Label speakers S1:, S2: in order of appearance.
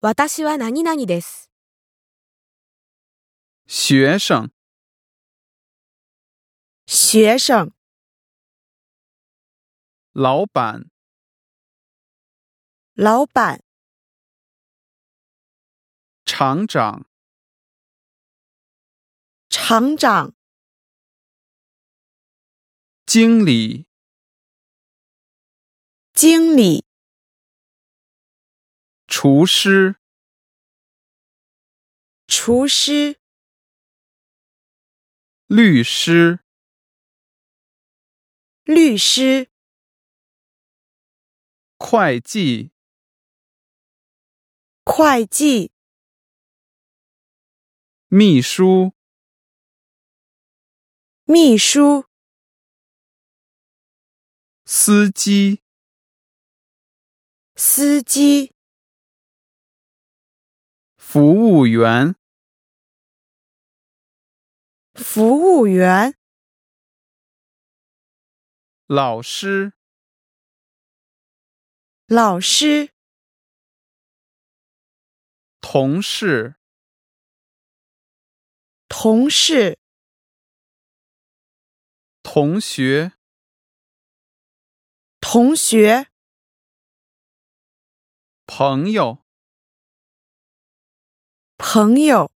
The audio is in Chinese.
S1: 私は何々です。
S2: 学生、
S3: 学生、
S2: 老板、
S3: 老板、
S2: 厂长、
S3: 厂长、
S2: 经理、
S3: 经理、
S2: 厨师、
S3: 厨师、
S2: 律师、
S3: 律师、
S2: 会计、
S3: 会计、
S2: 秘书、
S3: 秘书、
S2: 司机、
S3: 司机、
S2: 服务员、
S3: 服务员、
S2: 老师、
S3: 老师、
S2: 同事、
S3: 同事、
S2: 同学、
S3: 同学、
S2: 朋友。
S3: 朋友。